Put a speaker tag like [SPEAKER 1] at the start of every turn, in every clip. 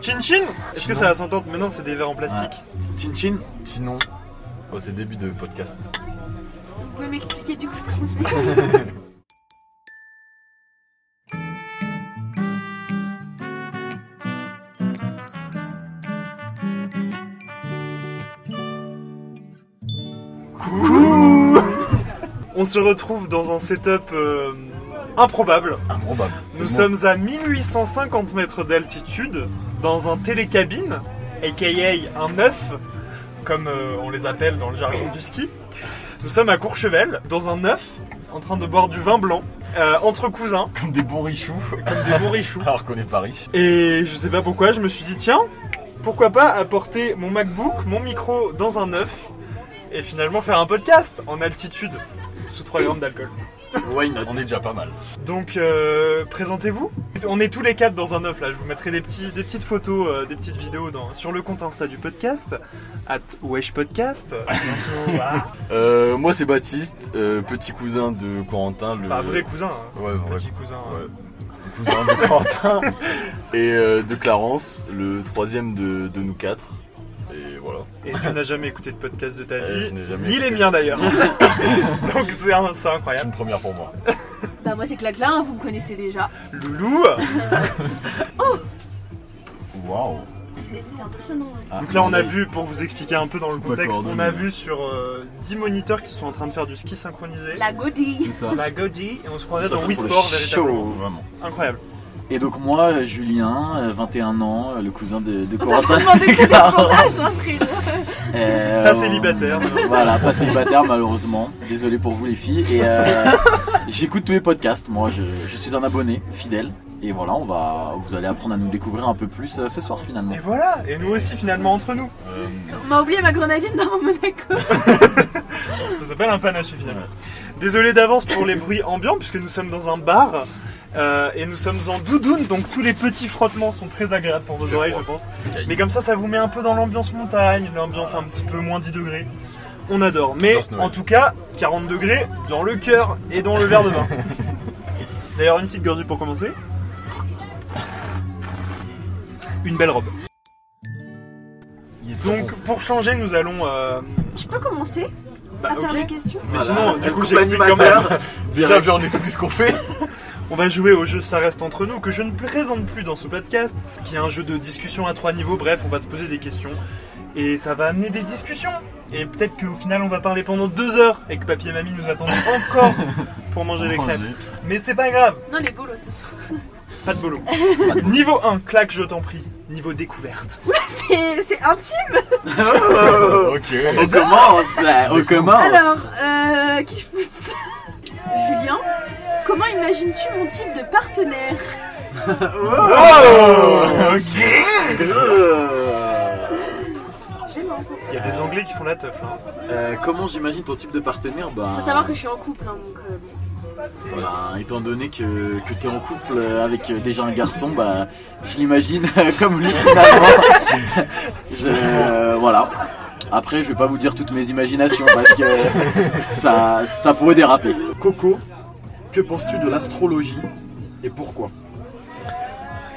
[SPEAKER 1] Chin Chin Est-ce que ça a son temps Mais non, c'est des verres en plastique. Chin Chin
[SPEAKER 2] Sinon, oh, c'est début de podcast.
[SPEAKER 3] Vous pouvez m'expliquer du coup ce qu'on fait
[SPEAKER 1] On se retrouve dans un setup euh, improbable.
[SPEAKER 2] Improbable.
[SPEAKER 1] Nous sommes à 1850 mètres d'altitude, dans un télécabine, aka un œuf, comme euh, on les appelle dans le jargon du ski. Nous sommes à Courchevel, dans un œuf, en train de boire du vin blanc, euh, entre cousins,
[SPEAKER 2] Comme des bons richoux.
[SPEAKER 1] comme des bons richoux.
[SPEAKER 2] Alors qu'on n'est pas riche.
[SPEAKER 1] Et je sais pas pourquoi, je me suis dit, tiens, pourquoi pas apporter mon MacBook, mon micro dans un œuf et finalement faire un podcast en altitude sous 3 grammes d'alcool.
[SPEAKER 2] Why not On est déjà pas mal.
[SPEAKER 1] Donc, euh, présentez-vous. On est tous les quatre dans un œuf là. Je vous mettrai des, petits, des petites photos, euh, des petites vidéos dans- sur le compte Insta du podcast, at Wesh Podcast.
[SPEAKER 2] Euh, moi, c'est Baptiste, euh, petit cousin de Corentin. Le...
[SPEAKER 1] Enfin, vrai cousin, hein.
[SPEAKER 2] Ouais, vrai.
[SPEAKER 1] petit cousin. hein.
[SPEAKER 2] Ouais. Cousin de Corentin et euh, de Clarence, le troisième de, de nous quatre. Et voilà.
[SPEAKER 1] Et tu n'as jamais écouté de podcast de ta
[SPEAKER 2] Euh,
[SPEAKER 1] vie,
[SPEAKER 2] je n'ai jamais
[SPEAKER 1] ni les
[SPEAKER 2] écouté.
[SPEAKER 1] miens d'ailleurs. Donc, c'est un- c'est
[SPEAKER 2] C'est
[SPEAKER 1] incroyable.
[SPEAKER 2] une première pour moi.
[SPEAKER 3] Bah moi c'est Clacla, hein, vous me connaissez déjà.
[SPEAKER 1] Loulou
[SPEAKER 2] Waouh.
[SPEAKER 3] C'est c'est impressionnant. hein.
[SPEAKER 1] Donc là on a vu, pour vous expliquer un peu dans le
[SPEAKER 2] C'est pas
[SPEAKER 1] contexte, on
[SPEAKER 2] coordonné.
[SPEAKER 1] a vu sur euh, 10 moniteurs qui sont en train de faire du ski synchronisé.
[SPEAKER 3] La godille.
[SPEAKER 4] C'est ça.
[SPEAKER 1] La Goji et on se croirait
[SPEAKER 2] Ça
[SPEAKER 1] dans
[SPEAKER 2] fait
[SPEAKER 1] Wii
[SPEAKER 2] pour le
[SPEAKER 1] Sport
[SPEAKER 2] show,
[SPEAKER 1] véritablement.
[SPEAKER 2] Vraiment.
[SPEAKER 1] Incroyable.
[SPEAKER 4] Et donc moi, euh, Julien, euh, 21 ans, euh, le cousin de, de
[SPEAKER 3] On t'a pas
[SPEAKER 4] Corentin.
[SPEAKER 3] demandé que des sondages, hein, frérot.
[SPEAKER 4] Euh,
[SPEAKER 1] Pas célibataire.
[SPEAKER 4] Voilà, pas célibataire malheureusement. Désolé pour vous les filles. Et euh, j'écoute tous les podcasts. Moi, je, je suis un abonné fidèle. Et voilà, on va, vous allez apprendre à nous découvrir un peu plus euh, ce soir finalement.
[SPEAKER 1] Et voilà, et nous aussi finalement entre nous.
[SPEAKER 2] Euh,
[SPEAKER 3] On m'a oublié ma grenadine dans mon Monaco.
[SPEAKER 1] Ça s'appelle un panaché finalement. Désolé d'avance pour les bruits ambiants puisque nous sommes dans un bar euh, et nous sommes en doudoune donc tous les petits frottements sont très agréables pour vos
[SPEAKER 2] Fait
[SPEAKER 1] oreilles je
[SPEAKER 2] froid.
[SPEAKER 1] pense.
[SPEAKER 2] Ok.
[SPEAKER 1] Mais comme ça ça vous met un peu dans l'ambiance montagne, l'ambiance
[SPEAKER 2] Ah,
[SPEAKER 1] un petit peu moins 10 degrés. On adore. Mais
[SPEAKER 2] Ambiance Noël.
[SPEAKER 1] en tout cas 40 degrés dans le cœur et dans le verre de vin. D'ailleurs une petite gorgée pour commencer. Une belle robe.
[SPEAKER 2] il est trop
[SPEAKER 1] Donc pour changer nous allons... euh,
[SPEAKER 3] Je peux commencer
[SPEAKER 1] bah,
[SPEAKER 3] à faire
[SPEAKER 1] ok.
[SPEAKER 3] des questions
[SPEAKER 1] Mais
[SPEAKER 2] Voilà,
[SPEAKER 1] sinon, du
[SPEAKER 2] elle
[SPEAKER 1] coup,
[SPEAKER 2] coupe
[SPEAKER 1] j'explique quand même.
[SPEAKER 2] bon. déjà vu on explique ce qu'on fait.
[SPEAKER 1] On va jouer au jeu Ça reste entre nous, que je ne présente plus dans ce podcast, qui est un jeu de discussion à trois niveaux. Bref, on va se poser des questions et ça va amener des discussions. Et peut-être qu'au final, on va parler pendant deux heures et que papy et mamie nous attendent encore pour manger les crêpes. Mais c'est pas grave,
[SPEAKER 3] Non, les bolos ce soir.
[SPEAKER 1] pas de boulot. Niveau 1, claque, je t'en prie. Niveau découverte.
[SPEAKER 3] C'est c'est intime.
[SPEAKER 2] Ok.
[SPEAKER 4] On commence, euh, on commence.
[SPEAKER 3] Alors, euh, qui je pousse Julien, comment imagines-tu mon type de partenaire
[SPEAKER 1] ok.
[SPEAKER 3] J'aime hein, ça.
[SPEAKER 1] Il y a des anglais qui font la teuf là.
[SPEAKER 4] Euh, comment j'imagine ton type de partenaire bah,
[SPEAKER 3] Faut savoir que je suis en couple, hein, donc. euh, bon.
[SPEAKER 4] Bah, étant donné que, que t'es en couple euh, avec euh, déjà un garçon, bah, je l'imagine euh, comme lui finalement. Je- euh, voilà. Après, je vais pas vous dire toutes mes imaginations parce que ça, ça pourrait déraper.
[SPEAKER 5] Coco, que penses-tu de l'astrologie et pourquoi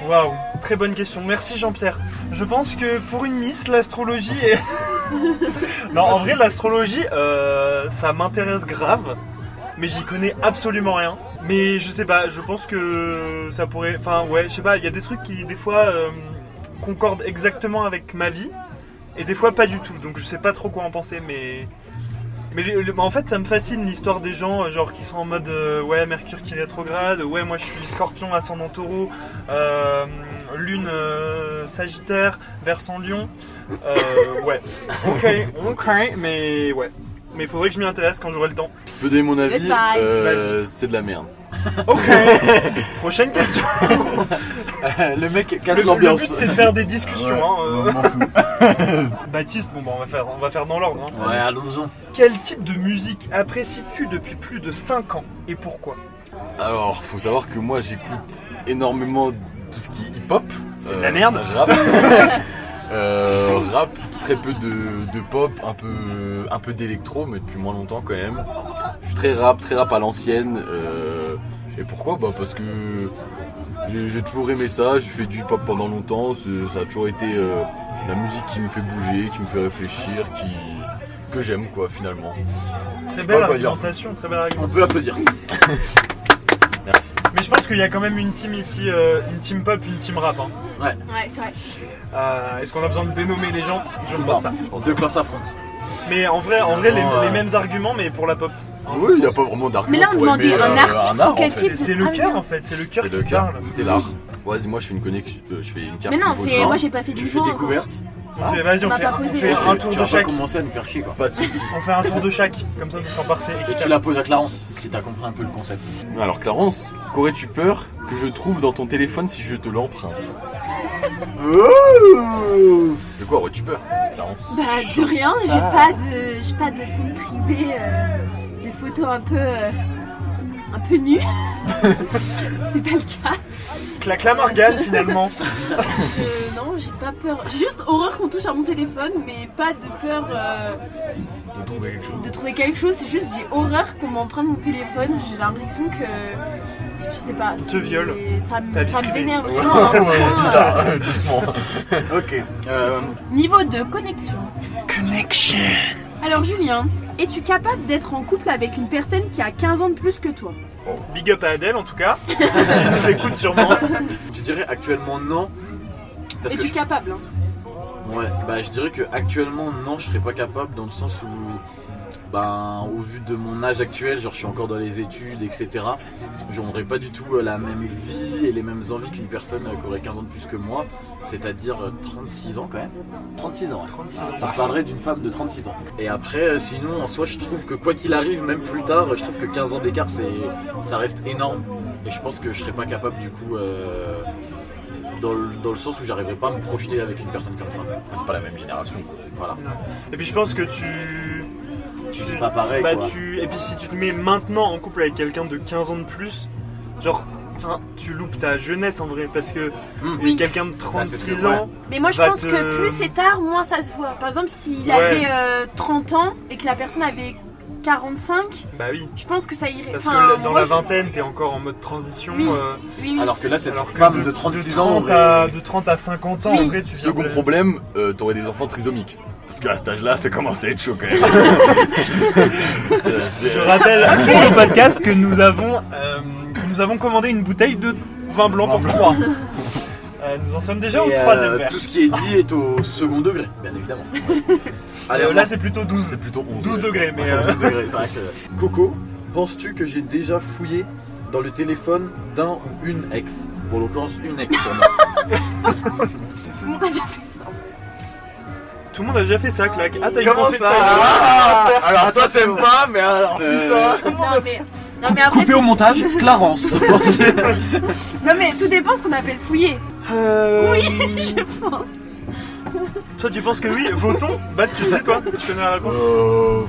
[SPEAKER 1] Waouh, très bonne question. Merci Jean-Pierre. Je pense que pour une Miss, l'astrologie est. non, en vrai, l'astrologie, euh, ça m'intéresse grave, mais j'y connais absolument rien. Mais je sais pas, je pense que ça pourrait. Enfin, ouais, je sais pas, il y a des trucs qui, des fois, euh, concordent exactement avec ma vie, et des fois pas du tout. Donc je sais pas trop quoi en penser, mais. Mais le- le- en fait, ça me fascine l'histoire des gens, euh, genre qui sont en mode euh, ouais, Mercure qui rétrograde, ouais, moi je suis scorpion, ascendant taureau, euh, Lune euh, Sagittaire, versant Lion. Euh, ouais. Ok, ok, mais ouais. Mais il faudrait que je m'y intéresse quand j'aurai le temps.
[SPEAKER 2] Je peux donner mon avis.
[SPEAKER 3] Goodbye.
[SPEAKER 2] euh, c'est de la merde.
[SPEAKER 1] Ok. Prochaine question.
[SPEAKER 2] le mec
[SPEAKER 1] Le,
[SPEAKER 2] casse
[SPEAKER 1] le but,
[SPEAKER 2] l'ambiance.
[SPEAKER 1] c'est de faire des discussions.
[SPEAKER 2] Ouais.
[SPEAKER 1] hein, euh.
[SPEAKER 2] On m'en fout.
[SPEAKER 1] Baptiste, bon bah on va faire, on va faire dans l'ordre. hein.
[SPEAKER 4] Ouais, allons-en.
[SPEAKER 1] Quel type de musique apprécies-tu depuis plus de 5 ans et pourquoi
[SPEAKER 2] Alors, faut savoir que moi j'écoute énormément tout ce qui est hip-hop.
[SPEAKER 1] C'est de la merde.
[SPEAKER 2] Rap. Euh, rap, très peu de, de pop, un peu, un peu d'électro, mais depuis moins longtemps quand même. Je suis très rap, très rap à l'ancienne. euh, et pourquoi Bah parce que j'ai j'ai toujours aimé ça, j'ai fait du hip-hop pendant longtemps, c'est- ça a toujours été euh, la musique qui me fait bouger, qui me fait réfléchir, qui que j'aime quoi finalement.
[SPEAKER 1] Très
[SPEAKER 2] sais
[SPEAKER 1] belle
[SPEAKER 2] pas quoi dire.
[SPEAKER 1] argumentation, très belle argumentation.
[SPEAKER 4] On peut applaudir.
[SPEAKER 2] Merci.
[SPEAKER 1] Mais je pense qu'il y a quand même une team ici, euh, une team pop, une team rap. hein.
[SPEAKER 3] Ouais, c'est vrai.
[SPEAKER 1] Euh, Est-ce qu'on a besoin de dénommer les gens Je ne pense pas.
[SPEAKER 4] Deux classes s'affrontent.
[SPEAKER 1] Mais en vrai, en vrai les,
[SPEAKER 4] Finalement,
[SPEAKER 1] les
[SPEAKER 4] euh,
[SPEAKER 1] mêmes arguments, mais pour la pop.
[SPEAKER 2] Oui, il n'y a pas vraiment d'argument.
[SPEAKER 3] Mais là, on
[SPEAKER 2] pour
[SPEAKER 3] demandait
[SPEAKER 2] aimer,
[SPEAKER 3] un
[SPEAKER 2] euh,
[SPEAKER 3] artiste
[SPEAKER 2] art,
[SPEAKER 3] ou quel
[SPEAKER 2] en fait.
[SPEAKER 3] type
[SPEAKER 1] C'est c'est le
[SPEAKER 3] Ah oui,
[SPEAKER 1] cœur
[SPEAKER 3] non.
[SPEAKER 1] en fait, c'est le cœur
[SPEAKER 2] C'est
[SPEAKER 1] qui
[SPEAKER 2] le cœur,
[SPEAKER 1] parle.
[SPEAKER 2] c'est l'art. Vas-y, moi je fais une connexion, euh, je fais une carte.
[SPEAKER 3] Mmh. Mais non,
[SPEAKER 2] niveau
[SPEAKER 3] fais-
[SPEAKER 2] de
[SPEAKER 3] moi,
[SPEAKER 2] vin.
[SPEAKER 3] j'ai pas fait de
[SPEAKER 2] Tu
[SPEAKER 3] vin
[SPEAKER 2] fais
[SPEAKER 3] encore.
[SPEAKER 2] découverte.
[SPEAKER 1] On fait- Vas-y, on,
[SPEAKER 3] On
[SPEAKER 1] fait,
[SPEAKER 3] m'a pas
[SPEAKER 1] on
[SPEAKER 3] posé
[SPEAKER 1] fait
[SPEAKER 3] la
[SPEAKER 1] un
[SPEAKER 3] question.
[SPEAKER 1] tour
[SPEAKER 4] tu
[SPEAKER 1] de
[SPEAKER 4] vas pas
[SPEAKER 1] chaque.
[SPEAKER 4] commencer à nous faire chier quoi.
[SPEAKER 2] Pas de soucis.
[SPEAKER 1] On fait un tour de chaque, comme ça, ce sera parfait.
[SPEAKER 4] Et tu
[SPEAKER 1] équitable.
[SPEAKER 4] la poses à Clarence, si t'as compris un peu le concept.
[SPEAKER 2] Alors Clarence, qu'aurais-tu peur que je trouve dans ton téléphone si je te l'emprunte De quoi aurais-tu peur, Clarence
[SPEAKER 3] Bah de rien, j'ai
[SPEAKER 2] Ah.
[SPEAKER 3] pas de j'ai pas de compte privé, euh, de photos un peu euh, un peu nues. c'est pas le cas.
[SPEAKER 1] Claque la Morgane finalement.
[SPEAKER 3] Je- non, j'ai pas peur. J'ai juste horreur qu'on touche à mon téléphone, mais pas de peur euh,
[SPEAKER 2] De trouver quelque chose.
[SPEAKER 3] de trouver quelque chose. C'est juste j'ai horreur qu'on m'emprunte mon téléphone. J'ai l'impression que je sais pas.
[SPEAKER 1] Te
[SPEAKER 3] c'est-
[SPEAKER 1] viole.
[SPEAKER 3] Ça me
[SPEAKER 1] Ta vie
[SPEAKER 3] ça me
[SPEAKER 1] privée.
[SPEAKER 3] vénère vraiment. hein.
[SPEAKER 2] bizarre, doucement.
[SPEAKER 4] Ok.
[SPEAKER 3] Niveau de connexion.
[SPEAKER 2] Connection.
[SPEAKER 3] Alors Julien, es-tu capable d'être en couple avec une personne qui a 15 ans de plus que toi
[SPEAKER 1] Big up à Adèle en tout cas. Elle nous écoute sûrement.
[SPEAKER 4] je dirais actuellement non. Parce que
[SPEAKER 3] Es-tu
[SPEAKER 4] je,
[SPEAKER 3] capable hein
[SPEAKER 4] ouais, bah, je dirais que actuellement non, je serais pas capable dans le sens où, ben, au vu de mon âge actuel, genre je suis encore dans les études, etc. J'aurais pas du tout euh, la même vie et les mêmes envies qu'une personne euh, qui aurait 15 ans de plus que moi, c'est-à-dire euh, 36 ans quand même. 36 ans. ouais. Ah, Ça me parlerait d'une femme de 36 ans. Et après, euh, sinon, en soi, je trouve que quoi qu'il arrive, même plus tard, euh, je trouve que 15 ans d'écart, c'est, ça reste énorme. Et je pense que je serais pas capable, du coup, euh, dans, le, dans le sens où j'arriverais pas à me projeter avec une personne comme ça. Ah,
[SPEAKER 2] C'est pas la même génération. quoi.
[SPEAKER 4] Voilà.
[SPEAKER 1] Et puis je pense que tu. Tu
[SPEAKER 4] c'est pas pareil,
[SPEAKER 1] bah,
[SPEAKER 4] quoi.
[SPEAKER 1] tu- Et puis si tu te mets maintenant en couple avec quelqu'un de 15 ans de plus, genre. Enfin, tu loupes ta jeunesse en vrai parce que
[SPEAKER 4] Hmm.
[SPEAKER 1] et quelqu'un de 36
[SPEAKER 4] Ah, c'est ce que-
[SPEAKER 1] ans,
[SPEAKER 3] Mais moi, je
[SPEAKER 1] va
[SPEAKER 3] pense
[SPEAKER 1] te-
[SPEAKER 3] que plus c'est tard, moins ça se voit. Par exemple, s'il
[SPEAKER 1] Ouais.
[SPEAKER 3] avait euh, 30 ans et que la personne avait 45,
[SPEAKER 1] bah oui,
[SPEAKER 3] je pense que ça irait.
[SPEAKER 1] parce
[SPEAKER 3] Enfin,
[SPEAKER 1] que dans
[SPEAKER 3] moi,
[SPEAKER 1] la
[SPEAKER 3] je-
[SPEAKER 1] vingtaine, t'es encore en mode transition.
[SPEAKER 3] Oui.
[SPEAKER 1] euh,
[SPEAKER 3] Oui, oui.
[SPEAKER 4] Alors que là, cette
[SPEAKER 1] alors que
[SPEAKER 4] femme de, 36 ans, euh,
[SPEAKER 1] 30
[SPEAKER 4] aurait-
[SPEAKER 1] à, de 30 à 50 ans, en
[SPEAKER 3] Oui.
[SPEAKER 1] vrai, tu viens
[SPEAKER 2] Second
[SPEAKER 1] de-
[SPEAKER 2] problème, euh, t'aurais des enfants trisomiques. Parce qu'à cet âge-là, ça commence à être chaud quand même. Euh, c'est-
[SPEAKER 1] Je rappelle pour le podcast que nous avons, euh, que nous avons commandé une bouteille de vin blanc pour trois. Euh, nous en sommes
[SPEAKER 4] Et,
[SPEAKER 1] déjà au
[SPEAKER 4] euh,
[SPEAKER 1] troisième verre.
[SPEAKER 4] tout ce qui est dit est au second degré, bien évidemment. Allez,
[SPEAKER 1] Euh,
[SPEAKER 4] on
[SPEAKER 1] là,
[SPEAKER 4] va-
[SPEAKER 1] c'est plutôt 12.
[SPEAKER 2] c'est plutôt 11.
[SPEAKER 1] 12 degrés, mais. euh,
[SPEAKER 4] 12 degrés, c'est vrai que- Coco, penses-tu que j'ai déjà fouillé dans le téléphone d'un ou une ex Pour l'occurrence, une ex pour moi.
[SPEAKER 3] Tout le monde a déjà fait ça.
[SPEAKER 1] Tout le monde a déjà fait ça, claque. Ah, t'as eu
[SPEAKER 2] Comment
[SPEAKER 1] pensée de
[SPEAKER 2] ça
[SPEAKER 1] ta-
[SPEAKER 2] Ah Alors toi t'aimes pas, mais alors
[SPEAKER 4] Euh,
[SPEAKER 1] Tout le monde
[SPEAKER 3] Non,
[SPEAKER 1] a-
[SPEAKER 3] mais, non, mais après,
[SPEAKER 4] Coupé au montage, Clarence.
[SPEAKER 3] non, mais tout dépend ce qu'on appelle fouiller.
[SPEAKER 1] Euh,
[SPEAKER 3] Je pense.
[SPEAKER 1] Toi, tu penses que oui Votons Bah, tu sais, toi, tu connais la réponse.
[SPEAKER 2] Euh,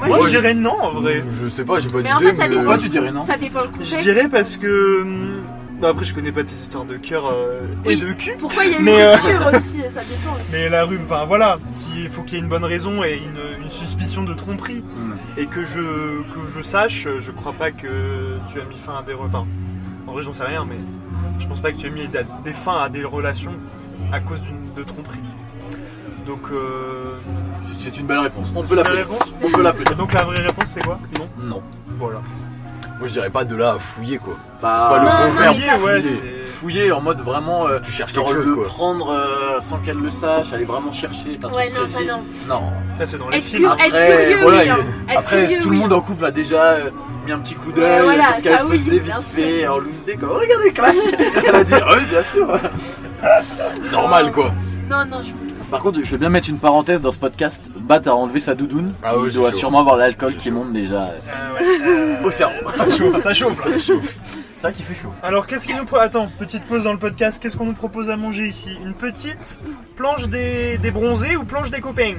[SPEAKER 1] Moi,
[SPEAKER 2] moi,
[SPEAKER 1] je dirais non, en vrai.
[SPEAKER 2] Je sais pas, j'ai pas d'idée. euh,
[SPEAKER 3] Mais en fait, ça dépend.
[SPEAKER 4] Pourquoi tu dirais non
[SPEAKER 3] Ça dépend le contexte.
[SPEAKER 1] Je dirais parce que. hum, bah, après, je connais pas tes histoires de cœur euh, et
[SPEAKER 3] Oui.
[SPEAKER 1] de cul.
[SPEAKER 3] Pourquoi il y a eu
[SPEAKER 1] Mais, euh,
[SPEAKER 3] une culture aussi Ça dépend. aussi.
[SPEAKER 1] Mais la rhume, enfin voilà, s'il faut qu'il y ait une bonne raison et une, une suspicion de tromperie,
[SPEAKER 4] Hmm.
[SPEAKER 1] et que je, que je sache, je crois pas que tu as mis fin à des. re- Enfin, en vrai, j'en sais rien, mais je pense pas que tu aies mis da- des fins à des relations à cause d'une de tromperie. Donc, euh,
[SPEAKER 4] C'est une belle réponse. On peut
[SPEAKER 1] c'est la
[SPEAKER 4] l'appeler.
[SPEAKER 1] réponse
[SPEAKER 4] On peut l'appeler.
[SPEAKER 1] Et donc, la vraie réponse, c'est quoi Non
[SPEAKER 4] Non.
[SPEAKER 1] Voilà.
[SPEAKER 2] Moi je dirais pas de là à fouiller quoi.
[SPEAKER 4] Bah,
[SPEAKER 2] c'est pas le
[SPEAKER 3] non,
[SPEAKER 2] bon
[SPEAKER 3] non,
[SPEAKER 2] verbe.
[SPEAKER 3] mais
[SPEAKER 1] Fouiller, ouais,
[SPEAKER 2] fouiller.
[SPEAKER 1] c'est-
[SPEAKER 4] Fouiller en mode vraiment. euh,
[SPEAKER 2] Tu cherches
[SPEAKER 4] genre
[SPEAKER 2] quelque chose
[SPEAKER 4] le
[SPEAKER 2] quoi.
[SPEAKER 4] prendre euh, sans qu'elle le sache, aller vraiment chercher. un
[SPEAKER 3] Ouais,
[SPEAKER 4] truc
[SPEAKER 3] non, ça,
[SPEAKER 4] précis.
[SPEAKER 3] non.
[SPEAKER 4] Non.
[SPEAKER 1] Ça, c'est dans les
[SPEAKER 3] Être,
[SPEAKER 1] films.
[SPEAKER 3] cur-
[SPEAKER 4] Après,
[SPEAKER 3] être curieux,
[SPEAKER 4] voilà,
[SPEAKER 3] oui. hein.
[SPEAKER 4] il-
[SPEAKER 3] Être
[SPEAKER 4] Après,
[SPEAKER 3] curieux,
[SPEAKER 4] tout le
[SPEAKER 3] oui.
[SPEAKER 4] monde en couple a déjà euh, mis un petit coup d'œil
[SPEAKER 3] Ouais, voilà,
[SPEAKER 4] sur ce qu'elle
[SPEAKER 3] ça, oui,
[SPEAKER 4] faisait vite
[SPEAKER 3] bien
[SPEAKER 4] fait en loose day. quoi. Oh, regardez, claque Elle a dit, Ah oui, bien sûr
[SPEAKER 2] Normal quoi.
[SPEAKER 3] Non, non, je fouille pas.
[SPEAKER 4] Par contre, je vais bien mettre une parenthèse dans ce podcast. Bat a enlevé sa doudoune.
[SPEAKER 2] Ah ouais,
[SPEAKER 4] il
[SPEAKER 2] c'est
[SPEAKER 4] doit
[SPEAKER 2] chaud.
[SPEAKER 4] sûrement avoir l'alcool
[SPEAKER 2] C'est
[SPEAKER 4] qui
[SPEAKER 2] chaud.
[SPEAKER 4] monte déjà. euh,
[SPEAKER 1] Euh, ouais, euh,
[SPEAKER 2] Au cerveau.
[SPEAKER 1] ça chauffe, Ah, ça chauffe.
[SPEAKER 4] C'est vrai qu'il fait chaud.
[SPEAKER 1] Alors qu'est-ce qu'il nous pro- Attends, petite pause dans le podcast, qu'est-ce qu'on nous propose à manger ici Une petite planche des, des bronzés ou planche des copains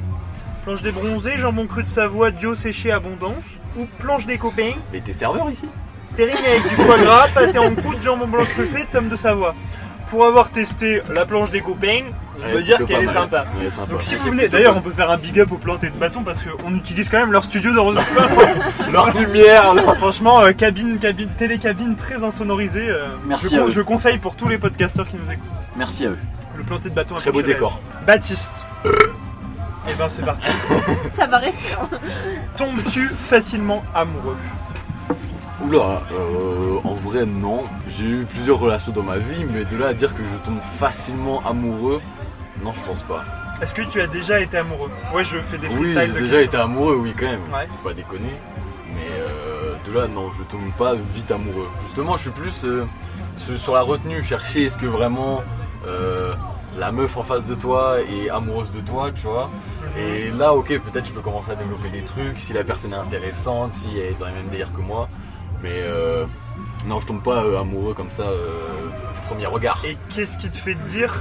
[SPEAKER 1] Planche des bronzés, jambon cru de Savoie, dio séché abondance ou planche des copains
[SPEAKER 2] Mais t'es serveur ici
[SPEAKER 1] Terrine avec du foie gras, pâté en croûte, jambon blanc truffé, tome de Savoie. Pour avoir testé la planche des copains, on peut dire qu'elle est sympa. Donc si vous venez, d'ailleurs on peut faire un big up aux plantes et de bâton parce qu'on utilise quand même leur studio d'enregistrement.
[SPEAKER 2] Leur lumière, là.
[SPEAKER 1] Franchement, euh, cabine, cabine, télécabine très insonorisée. euh,
[SPEAKER 4] Merci
[SPEAKER 1] je,
[SPEAKER 4] à
[SPEAKER 1] con-
[SPEAKER 4] eux.
[SPEAKER 1] je conseille pour tous les podcasteurs qui nous écoutent.
[SPEAKER 4] Merci à eux.
[SPEAKER 1] Le planter de bâton à
[SPEAKER 2] Très beau
[SPEAKER 1] Courchevel.
[SPEAKER 2] décor.
[SPEAKER 1] Baptiste. Et ben c'est parti.
[SPEAKER 3] Ça va rester. hein.
[SPEAKER 1] Tombes-tu facilement amoureux
[SPEAKER 2] Oula, euh, en vrai non. J'ai eu plusieurs relations dans ma vie, mais de là à dire que je tombe facilement amoureux, non je pense pas.
[SPEAKER 1] Est-ce que tu as déjà été amoureux Ouais, je fais des
[SPEAKER 2] Oui,
[SPEAKER 1] freestyles.
[SPEAKER 2] j'ai
[SPEAKER 1] de
[SPEAKER 2] déjà
[SPEAKER 1] questions.
[SPEAKER 2] été amoureux, oui quand même.
[SPEAKER 1] Ouais.
[SPEAKER 2] Faut pas déconner. Mais euh, de là non, je tombe pas vite amoureux. Justement, je suis plus euh, sur- sur la retenue, chercher est-ce que vraiment euh, la meuf en face de toi est amoureuse de toi, tu vois.
[SPEAKER 1] Mhm.
[SPEAKER 2] Et là, ok, peut-être je peux commencer à développer des trucs, si la personne est intéressante, si elle est dans les mêmes délires que moi. Mais euh, non, je tombe pas euh, amoureux comme ça euh, du premier regard.
[SPEAKER 1] Et qu'est-ce qui te fait dire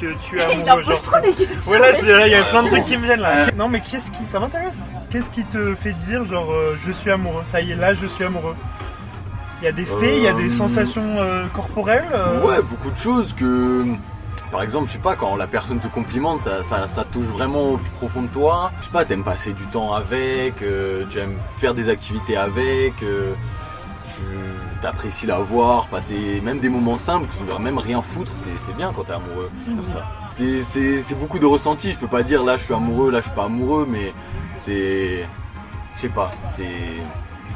[SPEAKER 1] que tu es
[SPEAKER 3] Il en
[SPEAKER 1] amoureux
[SPEAKER 3] pose
[SPEAKER 1] genre...
[SPEAKER 3] trop des questions.
[SPEAKER 1] Voilà,
[SPEAKER 3] mec.
[SPEAKER 1] c'est- là, il y a plein de trucs qui me viennent là. Euh, Non, mais qu'est-ce qui. Ça m'intéresse. Qu'est-ce qui te fait dire, genre, euh, je suis amoureux Ça y est, là, je suis amoureux Il y a des faits, il y a des
[SPEAKER 2] Euh,
[SPEAKER 1] sensations euh, corporelles euh,
[SPEAKER 2] Ouais, beaucoup de choses que. Par exemple, je sais pas, quand la personne te complimente, ça, ça, ça te touche vraiment au plus profond de toi. Je sais pas, t'aimes passer du temps avec, euh, tu aimes faire des activités avec, euh, tu t'apprécies la voir, passer même des moments simples, tu dois même rien foutre, c'est c'est bien quand t'es amoureux. comme ça. C'est- C'est c'est beaucoup de ressentis, je peux pas dire là je suis amoureux, là je suis pas amoureux, mais c'est. Je sais pas, c'est.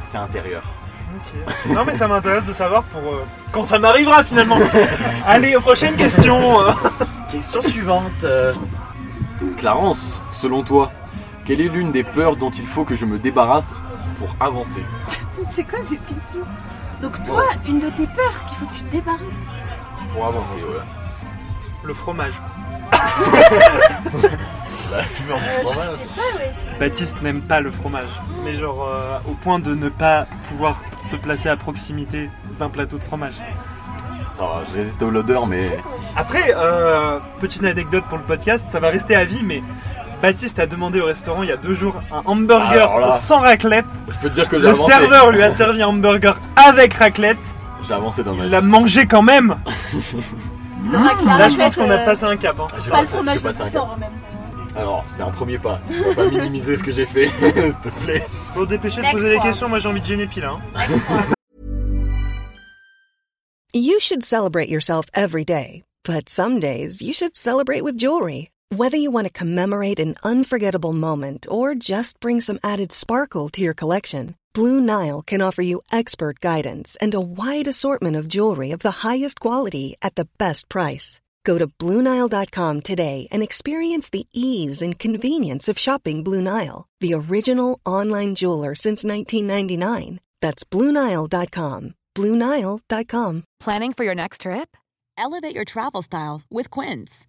[SPEAKER 2] C'est intérieur.
[SPEAKER 1] Ok. Non mais ça m'intéresse de savoir pour euh, quand ça m'arrivera finalement. Allez, prochaine question.
[SPEAKER 4] Question suivante. euh,
[SPEAKER 2] Clarence, selon toi, quelle est l'une des peurs dont il faut que je me débarrasse pour avancer
[SPEAKER 3] C'est quoi cette question Donc toi, une de tes peurs qu'il faut que tu te débarrasses.
[SPEAKER 2] Pour avancer, ouais.
[SPEAKER 1] Le fromage.
[SPEAKER 3] Euh, je sais pas, ouais. c'est-
[SPEAKER 1] Baptiste n'aime pas le fromage, mais genre euh, au point de ne pas pouvoir se placer à proximité d'un plateau de fromage.
[SPEAKER 2] Ça va, je résiste à l'odeur, mais
[SPEAKER 1] Après, euh, petite anecdote pour le podcast, ça va rester à vie, mais Baptiste a demandé au restaurant il y a deux jours un
[SPEAKER 2] Alors là.
[SPEAKER 1] hamburger sans raclette.
[SPEAKER 2] je peux te dire que j'ai
[SPEAKER 1] Le
[SPEAKER 2] avancé.
[SPEAKER 1] serveur lui a servi un hamburger avec raclette.
[SPEAKER 2] J'ai avancé dans ma
[SPEAKER 1] Il
[SPEAKER 2] vie.
[SPEAKER 1] l'a mangé quand même.
[SPEAKER 3] Le rack, la
[SPEAKER 1] Là, je
[SPEAKER 3] raclette,
[SPEAKER 1] pense qu'on a
[SPEAKER 3] euh,
[SPEAKER 1] passé un cap. hein.
[SPEAKER 3] c'est
[SPEAKER 2] Ah, J'ai
[SPEAKER 3] Pas le
[SPEAKER 2] passé- j'ai
[SPEAKER 3] fromage le
[SPEAKER 2] passé
[SPEAKER 3] plus
[SPEAKER 2] un
[SPEAKER 3] fort en même temps.
[SPEAKER 2] Alors, c'est un premier pas. Je vais pas minimiser ce que j'ai fait, s'il te plaît.
[SPEAKER 1] Bon, dépêchez de
[SPEAKER 3] Next
[SPEAKER 1] poser les
[SPEAKER 3] one.
[SPEAKER 1] questions, moi j'ai envie de gêner pile. hein.
[SPEAKER 6] You should celebrate yourself every day, but some days you should celebrate with jewelry. Whether you want to commemorate an unforgettable moment or just bring some added sparkle to your collection, Blue Nile can offer you expert guidance and a wide assortment of jewelry of the highest quality at the best price. Go to BlueNile.com today and experience the ease and convenience of shopping Blue Nile, the original online jeweler since 1999. That's BlueNile.com. BlueNile.com.
[SPEAKER 7] Planning for your next trip? Elevate your travel style with Quince.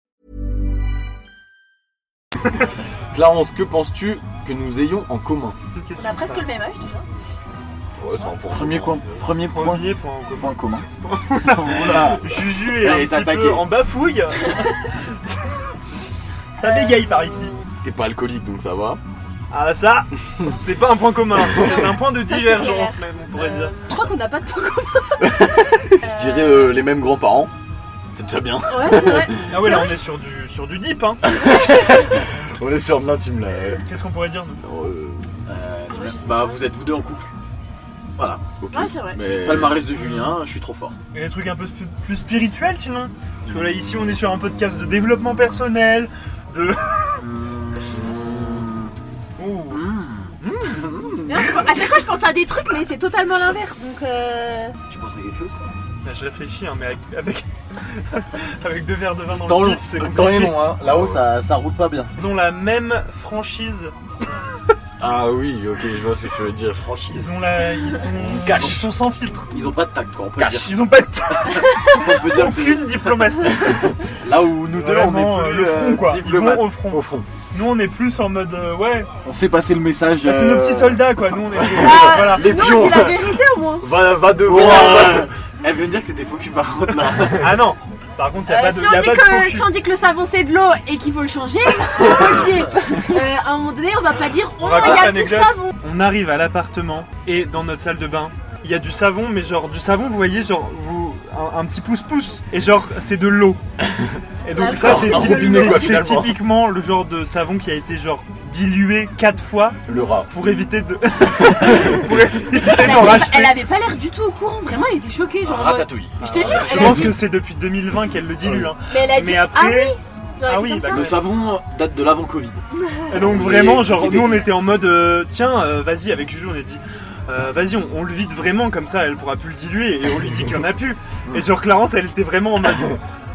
[SPEAKER 2] Clarence, que penses-tu que nous ayons en commun
[SPEAKER 1] Une
[SPEAKER 3] On
[SPEAKER 1] question
[SPEAKER 3] a
[SPEAKER 1] comme ça.
[SPEAKER 3] Bah, presque le même âge déjà.
[SPEAKER 2] Ouais, c'est un point
[SPEAKER 4] premier,
[SPEAKER 2] commun,
[SPEAKER 4] coin- premier point.
[SPEAKER 1] Premier point en commun.
[SPEAKER 4] Point commun. Voilà.
[SPEAKER 1] Juju est
[SPEAKER 4] Elle
[SPEAKER 1] un
[SPEAKER 4] est
[SPEAKER 1] petit
[SPEAKER 4] attaquée.
[SPEAKER 1] peu en bafouille. ça bégaye par ici.
[SPEAKER 2] c'est- T'es pas alcoolique, donc ça va.
[SPEAKER 1] Ah ça, c'est pas un point commun. C'est un point de
[SPEAKER 3] Ça, c'est
[SPEAKER 1] divergence
[SPEAKER 3] clair.
[SPEAKER 1] même, on pourrait
[SPEAKER 3] Euh,
[SPEAKER 1] dire.
[SPEAKER 3] Je crois qu'on n'a pas de point commun.
[SPEAKER 2] Je dirais euh, les mêmes grands-parents. C'est déjà bien.
[SPEAKER 3] Ouais, c'est vrai.
[SPEAKER 1] Ah ouais, là on est sur du sur du deep. Hein.
[SPEAKER 2] On est sur de l'intime, là. euh.
[SPEAKER 1] Qu'est-ce qu'on pourrait dire nous
[SPEAKER 2] Euh,
[SPEAKER 4] Euh, les
[SPEAKER 3] Ouais,
[SPEAKER 4] mêmes-
[SPEAKER 3] je sais
[SPEAKER 4] bah,
[SPEAKER 3] pas.
[SPEAKER 4] vous êtes vous deux en couple. Voilà.
[SPEAKER 2] ok.
[SPEAKER 1] Ah,
[SPEAKER 3] Ouais, c'est vrai.
[SPEAKER 2] Mais-
[SPEAKER 4] Palmarès de Julien, je suis trop fort.
[SPEAKER 1] Il y a des trucs un peu sp- plus spirituels sinon. Parce que là ici on est sur un podcast de développement personnel, de.
[SPEAKER 4] Mmh.
[SPEAKER 1] Où
[SPEAKER 3] à chaque fois, je pense à des trucs, mais c'est totalement l'inverse. Donc, euh,
[SPEAKER 4] Tu penses à quelque chose
[SPEAKER 1] Là, Je réfléchis, hein, mais avec, avec, avec deux verres de vin dans,
[SPEAKER 4] Dans
[SPEAKER 1] le
[SPEAKER 4] le
[SPEAKER 1] bif, c'est
[SPEAKER 4] Dans les
[SPEAKER 1] compliqué.
[SPEAKER 4] noms, hein. Là-haut, ça, ça roule pas bien.
[SPEAKER 1] Ils ont la même franchise.
[SPEAKER 2] Ah oui, ok, je vois ce que tu veux dire.
[SPEAKER 1] Ils ont la, ils sont,
[SPEAKER 4] Cash.
[SPEAKER 1] ils sont sans filtre.
[SPEAKER 4] Ils ont pas de tact, quoi. On peut
[SPEAKER 2] Cache.
[SPEAKER 4] dire.
[SPEAKER 1] Ils ont pas de tact,
[SPEAKER 4] On peut dire que
[SPEAKER 1] aucune diplomatie.
[SPEAKER 4] là où nous deux,
[SPEAKER 1] Vraiment,
[SPEAKER 4] on est
[SPEAKER 1] euh,
[SPEAKER 4] plus
[SPEAKER 1] le front
[SPEAKER 4] euh,
[SPEAKER 1] quoi. Ils
[SPEAKER 4] diplomates.
[SPEAKER 1] vont au front.
[SPEAKER 2] Au front.
[SPEAKER 1] Nous on est plus en mode euh, ouais,
[SPEAKER 4] On s'est passé le message.
[SPEAKER 1] bah, c'est nos
[SPEAKER 4] euh,
[SPEAKER 1] petits soldats quoi. Nous on est
[SPEAKER 3] Ah,
[SPEAKER 1] voilà.
[SPEAKER 2] Les
[SPEAKER 3] non,
[SPEAKER 2] pions.
[SPEAKER 3] dis la vérité au moins.
[SPEAKER 2] Va, va devant.
[SPEAKER 4] Ouais,
[SPEAKER 2] euh,
[SPEAKER 4] ouais. Elle vient de dire que t'étais faux cul par contre là.
[SPEAKER 1] Ah non. Par contre, il y a
[SPEAKER 3] Euh,
[SPEAKER 1] pas de,
[SPEAKER 3] si,
[SPEAKER 1] y
[SPEAKER 3] on
[SPEAKER 1] a
[SPEAKER 3] dit
[SPEAKER 1] pas de faux
[SPEAKER 3] que,
[SPEAKER 1] cul.
[SPEAKER 3] si on dit que le savon c'est de l'eau et qu'il faut le changer, il faut le dire. Euh, à un moment donné, on va pas dire oh,
[SPEAKER 1] On
[SPEAKER 3] il y
[SPEAKER 1] raconte
[SPEAKER 3] a plus de
[SPEAKER 1] l'anecdote.
[SPEAKER 3] savon.
[SPEAKER 1] On arrive à l'appartement et dans notre salle de bain, il y a du savon, mais genre du savon, vous voyez, genre vous un, un petit pouce-pouce et genre c'est de l'eau. Et donc ça,
[SPEAKER 3] D'accord.
[SPEAKER 1] c'est
[SPEAKER 2] Un
[SPEAKER 1] typi-
[SPEAKER 2] robinet, quoi,
[SPEAKER 1] c'est- c'est
[SPEAKER 2] finalement.
[SPEAKER 1] typiquement le genre de savon qui a été genre dilué quatre fois
[SPEAKER 2] Le rat.
[SPEAKER 1] pour éviter de pour éviter
[SPEAKER 3] Elle
[SPEAKER 1] d'en
[SPEAKER 3] avait, elle
[SPEAKER 1] racheter.
[SPEAKER 3] avait pas l'air du tout au courant, vraiment, elle était choquée. Genre,
[SPEAKER 4] Ratatouille.
[SPEAKER 3] je te jure,
[SPEAKER 1] Je
[SPEAKER 3] elle a
[SPEAKER 1] pense
[SPEAKER 3] dit,
[SPEAKER 1] que c'est depuis 2020 qu'elle le dilue. hein.
[SPEAKER 3] mais elle a dit
[SPEAKER 1] Mais
[SPEAKER 3] ah oui,
[SPEAKER 1] après,
[SPEAKER 3] genre,
[SPEAKER 1] ah
[SPEAKER 3] elle était
[SPEAKER 1] oui,
[SPEAKER 3] comme
[SPEAKER 1] bah,
[SPEAKER 3] ça.
[SPEAKER 4] Le savon date de l'avant Covid.
[SPEAKER 1] Et donc
[SPEAKER 4] Et
[SPEAKER 1] vraiment,
[SPEAKER 4] petit
[SPEAKER 1] genre
[SPEAKER 4] bébé.
[SPEAKER 1] nous on était en mode euh, tiens, euh, vas-y avec Juju, on a dit euh, vas-y, on, on le vide vraiment comme ça, elle pourra plus le diluer et on lui dit qu'il y en a plus. Et genre Clarence, elle était vraiment en mode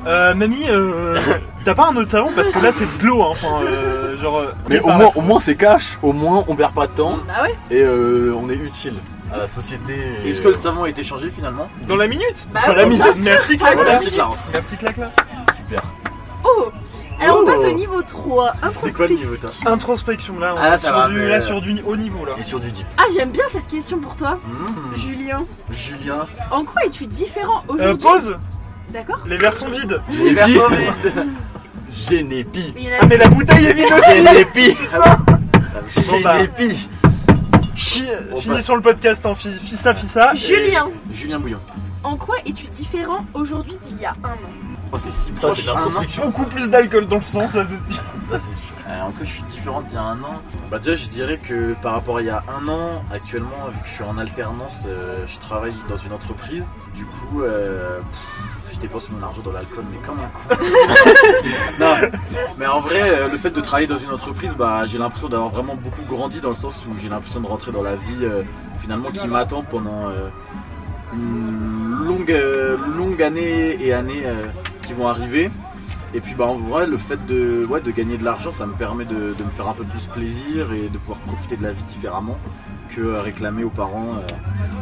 [SPEAKER 1] euh, mamie, euh, t'as pas un autre savon parce que là c'est de l'eau, hein. enfin euh, genre. euh,
[SPEAKER 2] Mais au
[SPEAKER 1] par-
[SPEAKER 2] moins, au moins c'est cash, au moins on perd pas de temps
[SPEAKER 3] Bah ouais,
[SPEAKER 2] et euh, on est utile à la société. et-
[SPEAKER 4] Est-ce que le savon a été changé finalement
[SPEAKER 1] dans la minute.
[SPEAKER 3] bah
[SPEAKER 2] Dans la
[SPEAKER 3] oui,
[SPEAKER 2] minute.
[SPEAKER 3] bien sûr,
[SPEAKER 1] Merci,
[SPEAKER 3] ça,
[SPEAKER 1] Claire.
[SPEAKER 3] dans la
[SPEAKER 4] Merci
[SPEAKER 3] minute.
[SPEAKER 4] Clarence.
[SPEAKER 1] Merci clac là.
[SPEAKER 2] Super.
[SPEAKER 3] Oh Alors on passe
[SPEAKER 2] Oh.
[SPEAKER 3] au niveau 3,
[SPEAKER 4] C'est quoi le niveau
[SPEAKER 3] introspection.
[SPEAKER 4] toi
[SPEAKER 1] Introspection là, on
[SPEAKER 4] Ah,
[SPEAKER 1] est
[SPEAKER 4] ça
[SPEAKER 1] sur
[SPEAKER 4] va,
[SPEAKER 1] du,
[SPEAKER 4] mais-
[SPEAKER 1] là sur du haut niveau là.
[SPEAKER 2] Et sur du deep.
[SPEAKER 3] Ah, j'aime bien cette question pour toi,
[SPEAKER 4] Mmh,
[SPEAKER 3] Julien.
[SPEAKER 4] Julien.
[SPEAKER 3] En quoi es-tu différent
[SPEAKER 1] Euh,
[SPEAKER 3] aujourd'hui
[SPEAKER 1] pause,
[SPEAKER 3] D'accord
[SPEAKER 1] les verres sont vides.
[SPEAKER 4] J'ai
[SPEAKER 2] Génépi.
[SPEAKER 3] Mais il y en a- Ah,
[SPEAKER 1] Ah mais la bouteille est vide aussi.
[SPEAKER 2] Génépi.
[SPEAKER 1] Bon, bah.
[SPEAKER 2] Génépi.
[SPEAKER 1] Fi-
[SPEAKER 4] On
[SPEAKER 1] Fini
[SPEAKER 4] passe.
[SPEAKER 1] sur le podcast en fi- fissa fissa. et-
[SPEAKER 3] Julien,
[SPEAKER 4] Julien Bouillon.
[SPEAKER 3] en quoi es-tu différent aujourd'hui d'il y a un an
[SPEAKER 4] Oh, c'est si
[SPEAKER 2] Ça c'est
[SPEAKER 4] proche.
[SPEAKER 2] de l'introspection.
[SPEAKER 1] beaucoup plus d'alcool dans le sang, ça c'est sûr.
[SPEAKER 4] Ça, c'est sûr. Euh, en quoi je suis différente d'il y a un an Bah déjà je dirais que par rapport à il y a un an, actuellement vu que je suis en alternance, euh, je travaille dans une entreprise. Du coup, euh, pff, je dépense mon argent dans l'alcool, mais comme un con. non, mais en vrai, euh, le fait de travailler dans une entreprise, bah j'ai l'impression d'avoir vraiment beaucoup grandi dans le sens où j'ai l'impression de rentrer dans la vie euh, finalement qui m'attend pendant euh, une longue, euh, longue année et années euh, qui vont arriver. Et puis bah en vrai le fait de, ouais, de gagner de l'argent ça me permet de, de me faire un peu plus plaisir et de pouvoir profiter de la vie différemment que euh, réclamer aux parents euh,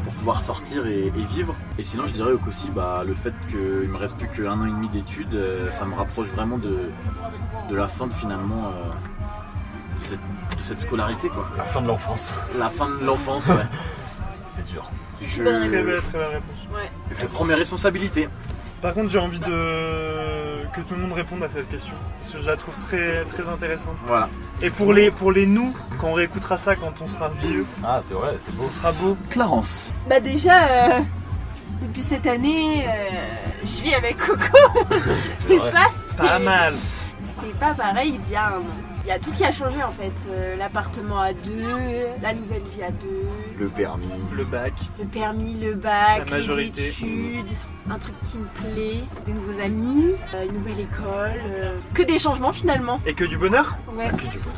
[SPEAKER 4] pour pouvoir sortir et, et vivre. Et sinon je dirais qu'aussi bah, le fait qu'il me reste plus qu'un an et demi d'études euh, ça me rapproche vraiment de, de la fin de finalement euh, de, cette, de cette scolarité quoi.
[SPEAKER 2] La fin de l'enfance.
[SPEAKER 4] La fin de l'enfance ouais.
[SPEAKER 2] C'est dur.
[SPEAKER 1] Très belle,
[SPEAKER 4] Je,
[SPEAKER 1] très belle réponse.
[SPEAKER 4] je prends mes responsabilités.
[SPEAKER 1] Par contre, j'ai envie de que tout le monde réponde à cette question parce que je la trouve très très intéressante.
[SPEAKER 4] Voilà.
[SPEAKER 1] Et pour les pour les nous, quand on réécoutera ça quand on sera vieux,
[SPEAKER 2] Ah c'est vrai, c'est beau.
[SPEAKER 1] ce sera beau.
[SPEAKER 4] Clarence.
[SPEAKER 3] Bah déjà, euh, depuis cette année, euh, je vis avec Coco.
[SPEAKER 2] C'est
[SPEAKER 3] Et
[SPEAKER 2] vrai.
[SPEAKER 3] ça, c'est-
[SPEAKER 1] Pas mal.
[SPEAKER 3] C'est pas pareil d'il y a un an. Il y a tout qui a changé en fait. Euh, L'appartement à deux, la nouvelle vie à deux,
[SPEAKER 4] Le permis.
[SPEAKER 1] Le bac.
[SPEAKER 3] le permis, le bac,
[SPEAKER 1] La majorité.
[SPEAKER 3] les études, un truc qui me plaît, des nouveaux amis, euh, une nouvelle école. euh, que des changements finalement.
[SPEAKER 1] Et que du bonheur
[SPEAKER 3] Ouais.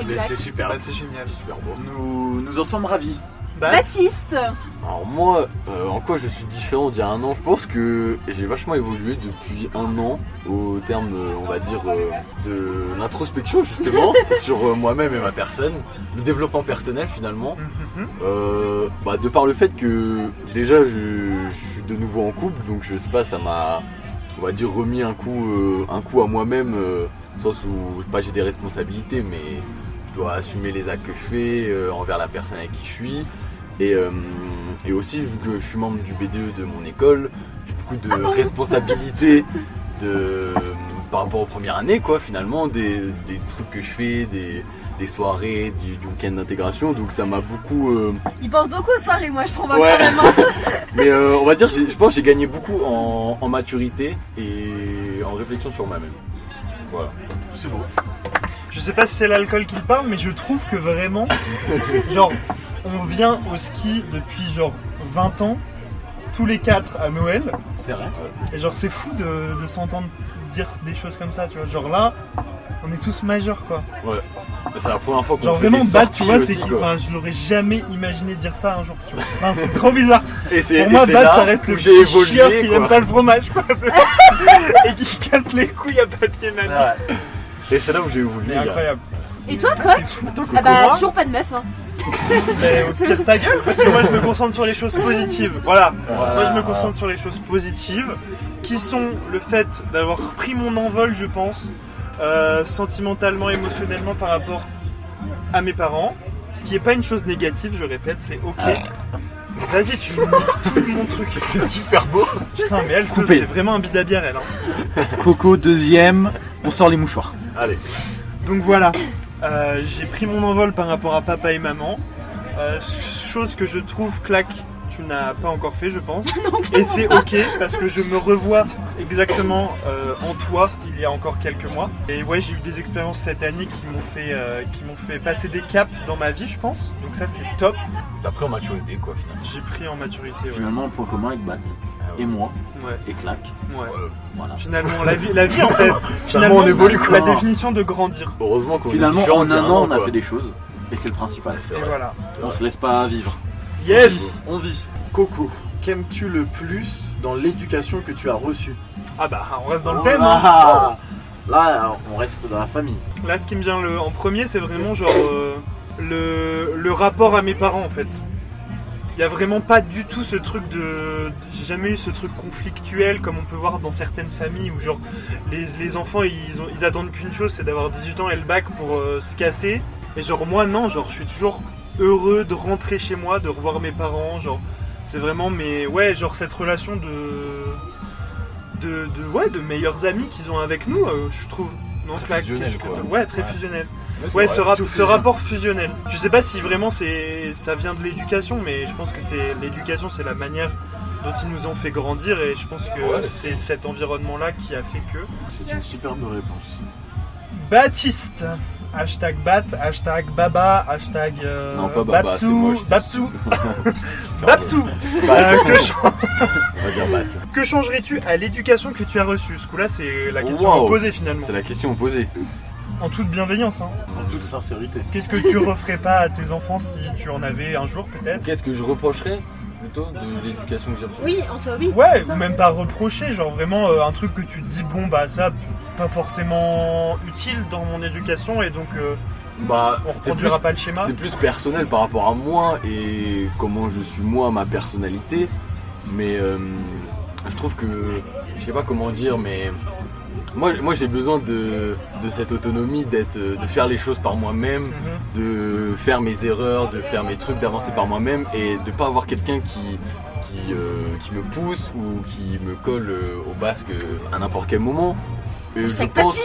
[SPEAKER 4] Mais
[SPEAKER 3] Exact.
[SPEAKER 4] c'est super.
[SPEAKER 1] Bah c'est génial.
[SPEAKER 2] C'est super beau.
[SPEAKER 4] Nous, nous en sommes ravis.
[SPEAKER 1] Bah,
[SPEAKER 3] Baptiste
[SPEAKER 2] Alors moi, euh, en quoi je suis différent d'il y a un an Je pense que j'ai vachement évolué depuis un an au terme, euh, on va dire, euh, de l'introspection justement sur euh, moi-même et ma personne, le développement personnel finalement.
[SPEAKER 1] mhm.
[SPEAKER 2] Euh, bah, de par le fait que déjà je, je suis de nouveau en couple, donc je sais pas, ça m'a, on va dire, remis un coup, euh, un coup à moi-même, euh, dans le sens où pas j'ai des responsabilités, mais je dois assumer les actes que je fais euh, envers la personne avec qui je suis. Et, euh, et aussi, vu que je suis membre du BDE de mon école, j'ai beaucoup de responsabilités de, par rapport aux premières années, quoi, finalement, des, des trucs que je fais, des, des soirées, du, du week-end d'intégration. Donc ça m'a beaucoup. euh,
[SPEAKER 3] Il pense beaucoup aux soirées, moi je trouve hein,
[SPEAKER 2] Ouais.
[SPEAKER 3] incroyablement.
[SPEAKER 2] mais euh, on va dire, j'ai- je pense que j'ai gagné beaucoup en, en maturité et en réflexion sur moi-même. Voilà.
[SPEAKER 4] C'est beau.
[SPEAKER 1] je sais pas si c'est l'alcool qui le parle, mais je trouve que vraiment, genre, on vient au ski depuis genre 20 ans, tous les quatre à Noël.
[SPEAKER 2] C'est vrai.
[SPEAKER 1] Et genre c'est fou de, de s'entendre dire des choses comme ça, tu vois. Genre là, On est tous majeurs quoi.
[SPEAKER 2] Ouais. C'est la première fois qu'on
[SPEAKER 1] Genre
[SPEAKER 2] fait
[SPEAKER 1] vraiment
[SPEAKER 2] des
[SPEAKER 1] Bat, tu
[SPEAKER 2] sorties
[SPEAKER 1] vois,
[SPEAKER 2] aussi,
[SPEAKER 1] c'est.
[SPEAKER 2] quoi.
[SPEAKER 1] Enfin, je l'aurais jamais imaginé dire ça un jour, tu vois. Enfin, c'est trop bizarre.
[SPEAKER 2] Et c'est
[SPEAKER 1] Pour
[SPEAKER 2] et
[SPEAKER 1] moi,
[SPEAKER 2] c'est
[SPEAKER 1] Bat,
[SPEAKER 2] là
[SPEAKER 1] ça reste
[SPEAKER 2] où
[SPEAKER 1] le
[SPEAKER 2] j'ai
[SPEAKER 1] petit
[SPEAKER 2] évolué,
[SPEAKER 1] chieur qui
[SPEAKER 2] quoi.
[SPEAKER 1] n'aime pas le fromage quoi. et qui casse les couilles à Papier Nana.
[SPEAKER 2] Et c'est là où j'ai voulu.
[SPEAKER 1] C'est incroyable.
[SPEAKER 3] Et toi, coach Ah bah, toujours pas de meuf, hein.
[SPEAKER 1] Mais au pire ta gueule parce que moi je me concentre sur les choses positives. Voilà. Moi je me concentre sur les choses positives qui sont le fait d'avoir pris mon envol je pense euh, sentimentalement, émotionnellement par rapport à mes parents. Ce qui est pas une chose négative, je répète, c'est ok.
[SPEAKER 3] Ah.
[SPEAKER 1] Vas-y, tu me niques tout mon truc.
[SPEAKER 2] C'est super beau.
[SPEAKER 1] Putain, mais elle,
[SPEAKER 4] Coupé.
[SPEAKER 1] c'est vraiment un bide à bière, elle. hein.
[SPEAKER 4] Coco, deuxième. On sort les mouchoirs.
[SPEAKER 2] Allez.
[SPEAKER 1] Donc voilà, Euh, j'ai pris mon envol par rapport à papa et maman. Euh, chose que je trouve, claque, tu n'as pas encore fait, je pense. et c'est ok parce que je me revois exactement euh, en toi il y a encore quelques mois. Et ouais, j'ai eu des expériences cette année qui m'ont fait, euh, qui m'ont fait passer des caps dans ma vie, je pense. Donc ça, c'est top.
[SPEAKER 2] D'après en maturité quoi finalement.
[SPEAKER 1] J'ai pris en maturité. Ouais.
[SPEAKER 4] Finalement, un point commun avec Bat. Et moi.
[SPEAKER 1] Ouais,
[SPEAKER 4] Et Clac.
[SPEAKER 1] ouais.
[SPEAKER 4] Voilà.
[SPEAKER 1] Finalement, la vie, la vie en fait.
[SPEAKER 2] Finalement, on évolue, quoi.
[SPEAKER 1] La définition de grandir.
[SPEAKER 2] Heureusement qu'on
[SPEAKER 4] Finalement,
[SPEAKER 2] est différents
[SPEAKER 4] en
[SPEAKER 2] qu'il y a
[SPEAKER 4] un an, on a
[SPEAKER 2] quoi.
[SPEAKER 4] fait des choses. Et c'est le principal.
[SPEAKER 2] C'est
[SPEAKER 1] Et
[SPEAKER 2] vrai.
[SPEAKER 1] voilà.
[SPEAKER 4] On se laisse pas vivre.
[SPEAKER 1] Yes.
[SPEAKER 5] On vit. Coco, qu'aimes-tu le plus dans l'éducation que tu as reçue
[SPEAKER 1] Ah bah, on reste dans le thème. hein.
[SPEAKER 4] Ah, Là, on reste dans la famille.
[SPEAKER 1] Là, ce qui me vient le- en premier, c'est vraiment genre euh, le, le rapport à mes parents en fait. Il n'y a vraiment pas du tout ce truc de. J'ai jamais eu ce truc conflictuel comme on peut voir dans certaines familles où genre les, les enfants ils, ont- ils attendent qu'une chose, c'est d'avoir 18 ans et le bac pour euh, se casser. Et genre moi non, genre je suis toujours heureux de rentrer chez moi, de revoir mes parents, genre c'est vraiment mais ouais genre cette relation de de, de- ouais de meilleurs amis qu'ils ont avec nous, euh, je trouve. Non,
[SPEAKER 2] Très
[SPEAKER 1] Clac,
[SPEAKER 2] fusionnel,
[SPEAKER 1] qu'est-ce que
[SPEAKER 2] quoi.
[SPEAKER 1] t'as- ouais très
[SPEAKER 2] Ouais.
[SPEAKER 1] fusionnel.
[SPEAKER 2] c'est
[SPEAKER 1] Ouais,
[SPEAKER 2] vrai,
[SPEAKER 1] ce, rap-
[SPEAKER 2] tout
[SPEAKER 1] ce
[SPEAKER 2] fusionne.
[SPEAKER 1] rapport fusionnel. Je sais pas si vraiment c'est ça vient de l'éducation, mais je pense que c'est l'éducation, c'est la manière dont ils nous ont fait grandir, et je pense que
[SPEAKER 2] Ouais.
[SPEAKER 1] c'est cet environnement-là qui a fait que.
[SPEAKER 4] C'est une superbe réponse.
[SPEAKER 1] Baptiste. Hashtag Bat, hashtag Baba, hashtag euh,
[SPEAKER 2] Non, pas Baba, c'est moche. c'est
[SPEAKER 1] Babtou,
[SPEAKER 2] super
[SPEAKER 1] Babtou.
[SPEAKER 2] beau. Bat,
[SPEAKER 1] Euh, que, ch-
[SPEAKER 2] on va dire Bat.
[SPEAKER 1] que changerais-tu à l'éducation que tu as reçue Ce coup-là, c'est la question
[SPEAKER 2] Wow.
[SPEAKER 1] posée finalement.
[SPEAKER 2] C'est la question posée.
[SPEAKER 1] En toute bienveillance. hein.
[SPEAKER 4] En toute sincérité.
[SPEAKER 1] Qu'est-ce que tu referais pas à tes enfants si tu en avais un jour peut-être
[SPEAKER 2] Qu'est-ce que je reprocherais plutôt de l'éducation que j'ai reçue
[SPEAKER 3] Oui, en soi, oui.
[SPEAKER 1] Ouais,
[SPEAKER 3] c'est ça.
[SPEAKER 1] ou même pas reprocher, genre vraiment euh, un truc que tu te dis, bon bah ça, pas forcément utile dans mon éducation et donc euh,
[SPEAKER 2] Bah,
[SPEAKER 1] on
[SPEAKER 2] c'est
[SPEAKER 1] reproduira
[SPEAKER 2] plus-
[SPEAKER 1] pas le schéma.
[SPEAKER 4] Hein
[SPEAKER 2] C'est plus personnel par rapport à moi et comment je suis moi, ma personnalité. Mais euh, je trouve que, je sais pas comment dire, mais moi, moi j'ai besoin de, de cette autonomie, d'être, de faire les choses par moi-même,
[SPEAKER 4] Mhm.
[SPEAKER 2] de faire mes erreurs, de faire mes trucs, d'avancer par moi-même et de pas avoir quelqu'un qui, qui, euh, qui me pousse ou qui me colle euh, au basque à n'importe quel moment. Et je
[SPEAKER 3] Hashtag
[SPEAKER 2] pense,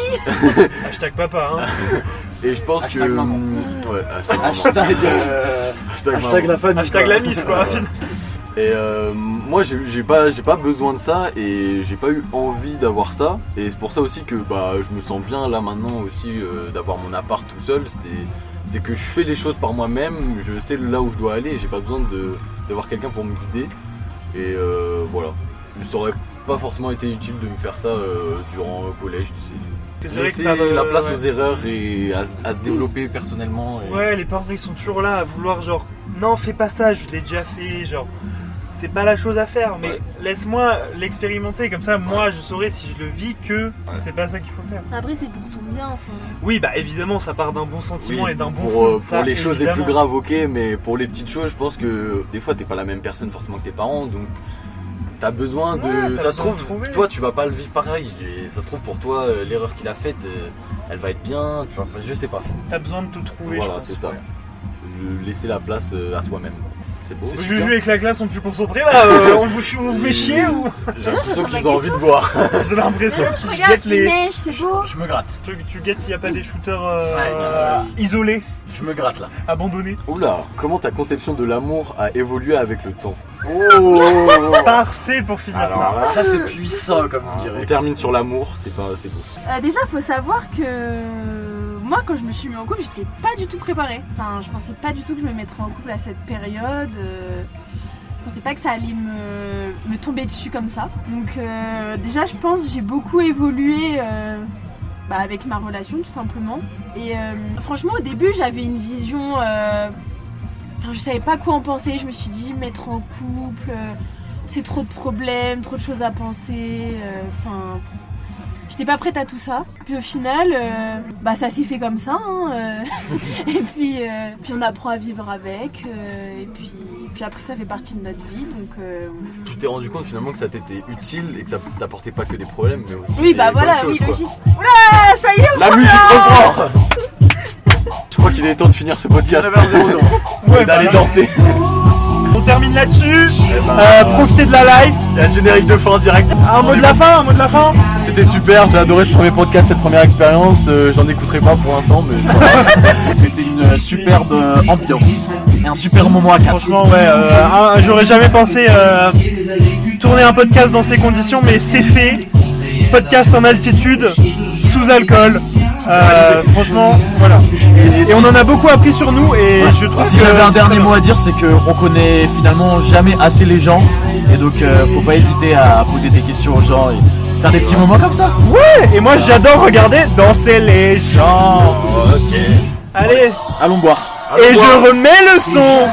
[SPEAKER 1] Hashtag papa, hein.
[SPEAKER 2] et je pense
[SPEAKER 4] Hashtag
[SPEAKER 2] que.
[SPEAKER 4] maman.
[SPEAKER 2] Ouais, hashtag maman.
[SPEAKER 4] Hashtag, euh,
[SPEAKER 2] Hashtag maman.
[SPEAKER 4] hashtag la famille.
[SPEAKER 1] Hashtag
[SPEAKER 4] quoi.
[SPEAKER 1] la mif, quoi.
[SPEAKER 2] Et euh, moi, j'ai j'ai pas, j'ai pas besoin de ça et j'ai pas eu envie d'avoir ça. Et c'est pour ça aussi que bah, je me sens bien là maintenant aussi euh, d'avoir mon appart tout seul. C'était- C'est que je fais les choses par moi-même, je sais là où je dois aller et j'ai pas besoin de- d'avoir quelqu'un pour me guider. Et euh, voilà. Ça aurait pas forcément été utile de me faire ça euh, durant le collège, tu sais.
[SPEAKER 1] Que c'est vrai que
[SPEAKER 2] Laisser
[SPEAKER 1] t'as, euh,
[SPEAKER 2] la place
[SPEAKER 1] ouais. Mmh.
[SPEAKER 2] aux erreurs et à, se- à se développer personnellement. et-
[SPEAKER 1] Ouais, les parents ils sont toujours là à vouloir genre non fais pas ça, je l'ai déjà fait, genre c'est pas la chose à faire, mais
[SPEAKER 2] Ouais.
[SPEAKER 1] laisse-moi l'expérimenter comme ça, moi je saurai si je le vis que c'est pas ça qu'il faut faire.
[SPEAKER 3] Après, c'est pour ton bien, enfin.
[SPEAKER 1] Oui, bah évidemment ça part d'un bon sentiment
[SPEAKER 2] Oui,
[SPEAKER 1] et d'un bon
[SPEAKER 2] pour,
[SPEAKER 1] fond,
[SPEAKER 2] euh, pour
[SPEAKER 1] ça,
[SPEAKER 2] les choses les
[SPEAKER 1] évidemment.
[SPEAKER 2] plus graves, ok, mais pour les petites choses, je pense que des fois, t'es pas la même personne forcément que tes parents, donc t'as besoin de.
[SPEAKER 1] Ouais, t'as
[SPEAKER 2] ça se
[SPEAKER 1] besoin de
[SPEAKER 2] trouve,
[SPEAKER 1] trouver.
[SPEAKER 2] toi, tu vas pas le vivre pareil, et ça se trouve pour toi, euh, l'erreur qu'il a faite, euh, elle va être bien, tu vois, enfin, je sais pas.
[SPEAKER 1] T'as besoin de te trouver, je
[SPEAKER 2] voilà,
[SPEAKER 1] pense.
[SPEAKER 2] c'est ça. Le- Laisser la place euh, à soi-même. C'est beau.
[SPEAKER 1] Juju et Clacla sont plus concentrés là, euh, on, vous, on vous fait chier ou
[SPEAKER 2] J'ai l'impression
[SPEAKER 3] Ah,
[SPEAKER 2] qu'ils
[SPEAKER 3] ma
[SPEAKER 2] ont envie de boire.
[SPEAKER 1] J'ai l'impression
[SPEAKER 3] Regarde,
[SPEAKER 1] qu'ils
[SPEAKER 3] regarde,
[SPEAKER 1] guettent
[SPEAKER 3] il
[SPEAKER 1] les.
[SPEAKER 3] neige, c'est beau.
[SPEAKER 4] Je me gratte.
[SPEAKER 1] Tu, tu guettes s'il n'y a pas des shooters euh,
[SPEAKER 4] Ouais, ça-
[SPEAKER 1] isolés,
[SPEAKER 4] Je me gratte là.
[SPEAKER 1] abandonnés.
[SPEAKER 2] Oula, comment ta conception de l'amour a évolué avec le temps
[SPEAKER 4] Oh
[SPEAKER 1] Parfait pour finir ça.
[SPEAKER 2] Alors là,
[SPEAKER 4] Ça c'est puissant comme on
[SPEAKER 2] on
[SPEAKER 4] dirait.
[SPEAKER 2] termine sur l'amour, c'est pas c'est beau.
[SPEAKER 3] Euh, déjà, faut savoir que moi, quand je me suis mis en couple, j'étais pas du tout préparée. Enfin, je pensais pas du tout que je me mettrais en couple à cette période. euh, Je pensais pas que ça allait me, me tomber dessus comme ça. Donc, euh, déjà, je pense que j'ai beaucoup évolué euh, bah, avec ma relation tout simplement. Et euh, franchement, au début, j'avais une vision. euh, Enfin, je savais pas quoi en penser. Je me suis dit, mettre en couple, euh, c'est trop de problèmes, trop de choses à penser. euh, Enfin. J'étais pas prête à tout ça. Puis au final, euh, bah ça s'est fait comme ça. hein, euh. et puis, euh, puis on apprend à vivre avec. euh, et puis, puis après ça fait partie de notre vie. Donc euh,
[SPEAKER 2] Tu t'es rendu compte finalement que ça t'était utile et que ça t'apportait pas que des problèmes, mais aussi.
[SPEAKER 3] oui,
[SPEAKER 2] des
[SPEAKER 3] bah
[SPEAKER 2] bonnes
[SPEAKER 3] voilà,
[SPEAKER 2] choses,
[SPEAKER 3] oui
[SPEAKER 2] quoi.
[SPEAKER 3] logique. Oula, ça y est, on
[SPEAKER 2] La
[SPEAKER 3] s'en
[SPEAKER 2] musique
[SPEAKER 1] Oh
[SPEAKER 3] va
[SPEAKER 2] reprend Je crois qu'il est temps de finir ce podcast.
[SPEAKER 1] Ouais,
[SPEAKER 2] Et d'aller
[SPEAKER 1] bah,
[SPEAKER 2] danser.
[SPEAKER 1] On termine là-dessus.
[SPEAKER 2] Eh ben,
[SPEAKER 1] Euh, profitez de la life.
[SPEAKER 2] Il y a le générique de fin en direct.
[SPEAKER 1] Ah, Un mot de la fin, un mot de la fin.
[SPEAKER 2] C'était super, j'ai adoré ce premier podcast, cette première expérience. Euh, J'en écouterai pas pour l'instant, mais je
[SPEAKER 4] C'était une superbe euh, ambiance et un super moment à quatre.
[SPEAKER 1] Franchement, ouais, euh, un- j'aurais jamais pensé euh, tourner un podcast dans ces conditions, mais c'est fait. Podcast en altitude, sous alcool. Euh, franchement, voilà. Et on en a beaucoup appris sur nous et je trouve
[SPEAKER 4] Si
[SPEAKER 1] que
[SPEAKER 4] j'avais un
[SPEAKER 1] c'est
[SPEAKER 4] dernier
[SPEAKER 1] très
[SPEAKER 4] mot à dire, c'est qu'on connaît finalement jamais assez les gens. Et donc, euh, faut pas hésiter à poser des questions aux gens et faire des petits moments comme ça.
[SPEAKER 1] bien. Et moi, j'adore regarder danser les gens. Allez,
[SPEAKER 4] Oh, Allons boire.
[SPEAKER 1] et je remets le son.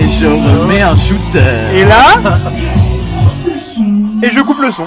[SPEAKER 4] Et je remets un shooter.
[SPEAKER 1] Et là, et je coupe le son.